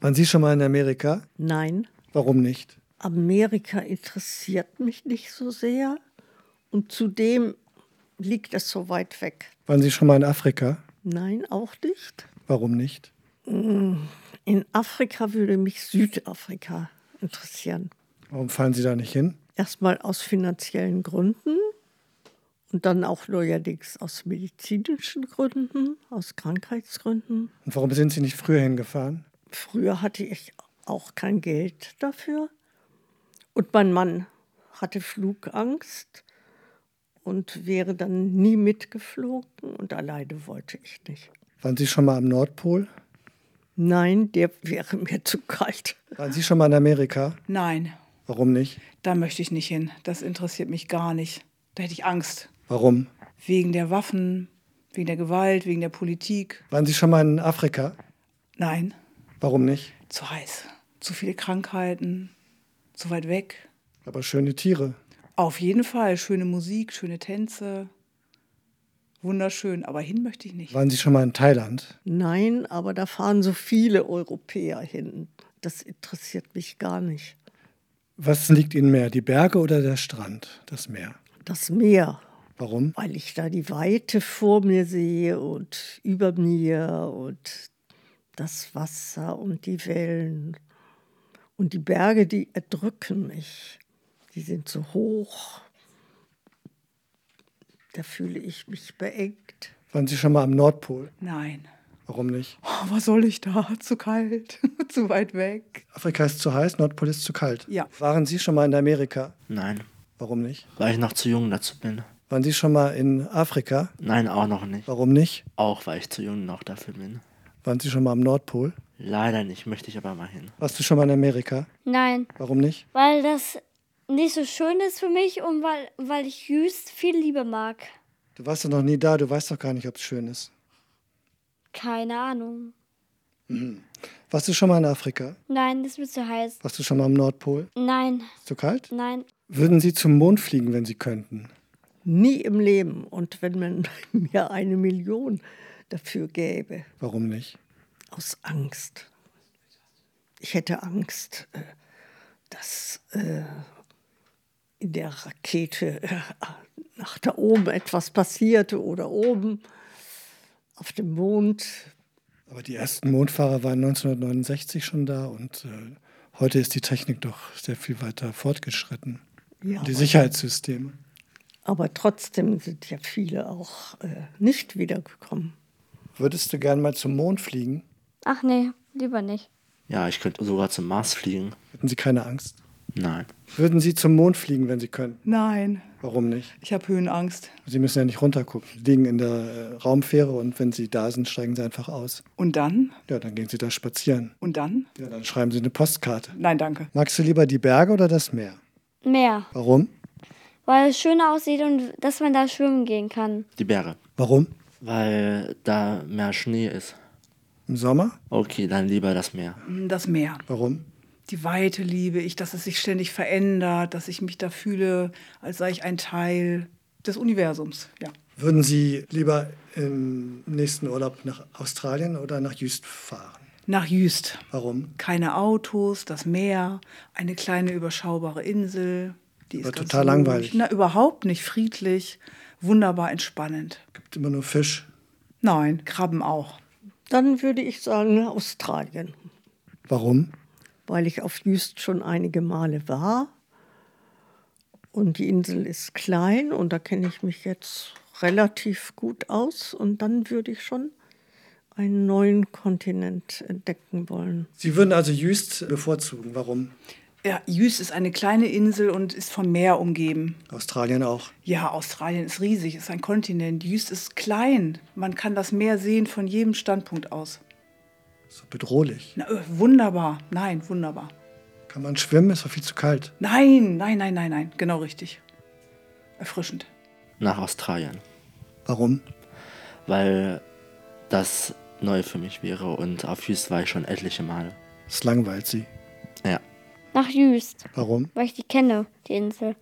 Waren Sie schon mal in Amerika? Nein, Warum nicht? Amerika interessiert mich nicht so sehr und zudem liegt es so weit weg. Waren Sie schon mal in Afrika? Nein, auch nicht. Warum nicht? In Afrika würde mich Südafrika interessieren. Warum fallen Sie da nicht hin? Erstmal aus finanziellen Gründen und dann auch neuerdings aus medizinischen Gründen, aus Krankheitsgründen. Und warum sind Sie nicht früher hingefahren? Früher hatte ich auch kein Geld dafür. Und mein Mann hatte Flugangst und wäre dann nie mitgeflogen und alleine wollte ich nicht. Waren Sie schon mal am Nordpol? Nein, der wäre mir zu kalt. Waren Sie schon mal in Amerika? Nein, Warum nicht? da möchte ich nicht hin. Das interessiert mich gar nicht. Da hätte ich Angst. Warum? Wegen der Waffen, wegen der Gewalt, wegen der Politik. Waren Sie schon mal in Afrika? Nein, Warum nicht? zu heiß. Zu viele Krankheiten, zu weit weg. Aber schöne Tiere. Auf jeden Fall schöne Musik, schöne Tänze. Wunderschön, aber hin möchte ich nicht. Waren Sie schon mal in Thailand? Nein, aber da fahren so viele Europäer hin. Das interessiert mich gar nicht. Was liegt Ihnen mehr, die Berge oder der Strand, das Meer? Das Meer, Warum? weil ich da die Weite vor mir sehe und über mir und das Wasser und die Wellen und die Berge, die erdrücken mich. Die sind so hoch. Da fühle ich mich beengt. Waren Sie schon mal am Nordpol? Nein. Warum nicht? Oh, was soll ich da? Zu kalt, zu weit weg. Afrika ist zu heiß, Nordpol ist zu kalt. Ja. Waren Sie schon mal in Amerika? Nein, Warum nicht? weil ich noch zu jung dazu bin. Waren Sie schon mal in Afrika? Nein, auch noch nicht. Warum nicht? Auch weil ich zu jung noch dafür bin. Waren Sie schon mal am Nordpol? Leider nicht, möchte ich aber mal hin. Warst du schon mal in Amerika? Nein, Warum nicht? weil das nicht so schön ist für mich und weil, weil ich Jüst viel lieber mag. Du warst doch noch nie da, du weißt doch gar nicht, ob es schön ist. Keine Ahnung. Warst du schon mal in Afrika? Nein, das wird zu heiß. Warst du schon mal am Nordpol? Nein, Ist zu kalt? nein. Würden Sie zum Mond fliegen, wenn Sie könnten? Nie im Leben. Und wenn man mir eine Million dafür gäbe, Warum nicht? aus Angst. Ich hätte Angst, äh, dass äh, in der Rakete äh, nach da oben etwas passierte oder oben auf dem Mond. Aber die ersten Mondfahrer waren 1969 schon da und äh, heute ist die Technik doch sehr viel weiter fortgeschritten. Ja, Und die Sicherheitssysteme. aber trotzdem sind ja viele auch äh, nicht wiedergekommen. Würdest du gern mal zum Mond fliegen? Ach nee, lieber nicht. Ja, ich könnte sogar zum Mars fliegen. Hätten Sie keine Angst? Nein. Würden Sie zum Mond fliegen, wenn Sie könnten? Nein, Warum nicht? ich habe Höhenangst. Sie müssen ja nicht runtergucken. Sie liegen in der äh, Raumfähre und wenn Sie da sind, steigen Sie einfach aus. Und dann? Ja, dann gehen Sie da spazieren. Und dann? Ja, dann schreiben Sie eine Postkarte. Nein, danke. Magst du lieber die Berge oder das Meer? Mehr, Warum? weil es schön aussieht und dass man da schwimmen gehen kann. Die Berge. Warum? Weil da mehr Schnee ist. Im Sommer? Okay, dann lieber das Meer. Das Meer. Warum? Die Weite liebe ich, dass es sich ständig verändert, dass ich mich da fühle, als sei ich ein Teil des Universums. Ja. Würden Sie lieber im nächsten Urlaub nach Australien oder nach Jüst fahren? Nach Jüst. Warum? Keine Autos, das Meer, eine kleine überschaubare Insel. Die ist Aber ganz total ruhig. langweilig. Na, überhaupt nicht friedlich, wunderbar entspannend. Gibt immer nur Fisch. Nein, Krabben auch. Dann würde ich sagen Australien, Warum? weil ich auf Jüst schon einige Male war. Und die Insel ist klein und da kenne ich mich jetzt relativ gut aus. Und dann würde ich schon einen neuen Kontinent entdecken wollen. Sie würden also Jüst bevorzugen. Warum? Ja, Jüst ist eine kleine Insel und ist vom Meer umgeben. Australien auch. Ja, Australien ist riesig, ist ein Kontinent. Jüst ist klein. Man kann das Meer sehen von jedem Standpunkt aus. So bedrohlich. Na, äh, wunderbar. Nein, wunderbar. Kann man schwimmen? Ist doch viel zu kalt. Nein, nein, nein, nein, nein. Genau richtig. Erfrischend. Nach Australien. Warum? Weil das neu für mich wäre und auf Jüst war ich schon etliche Male. Es langweilt Sie. Ja. Nach Jüst, Warum? weil ich die kenne, die Insel.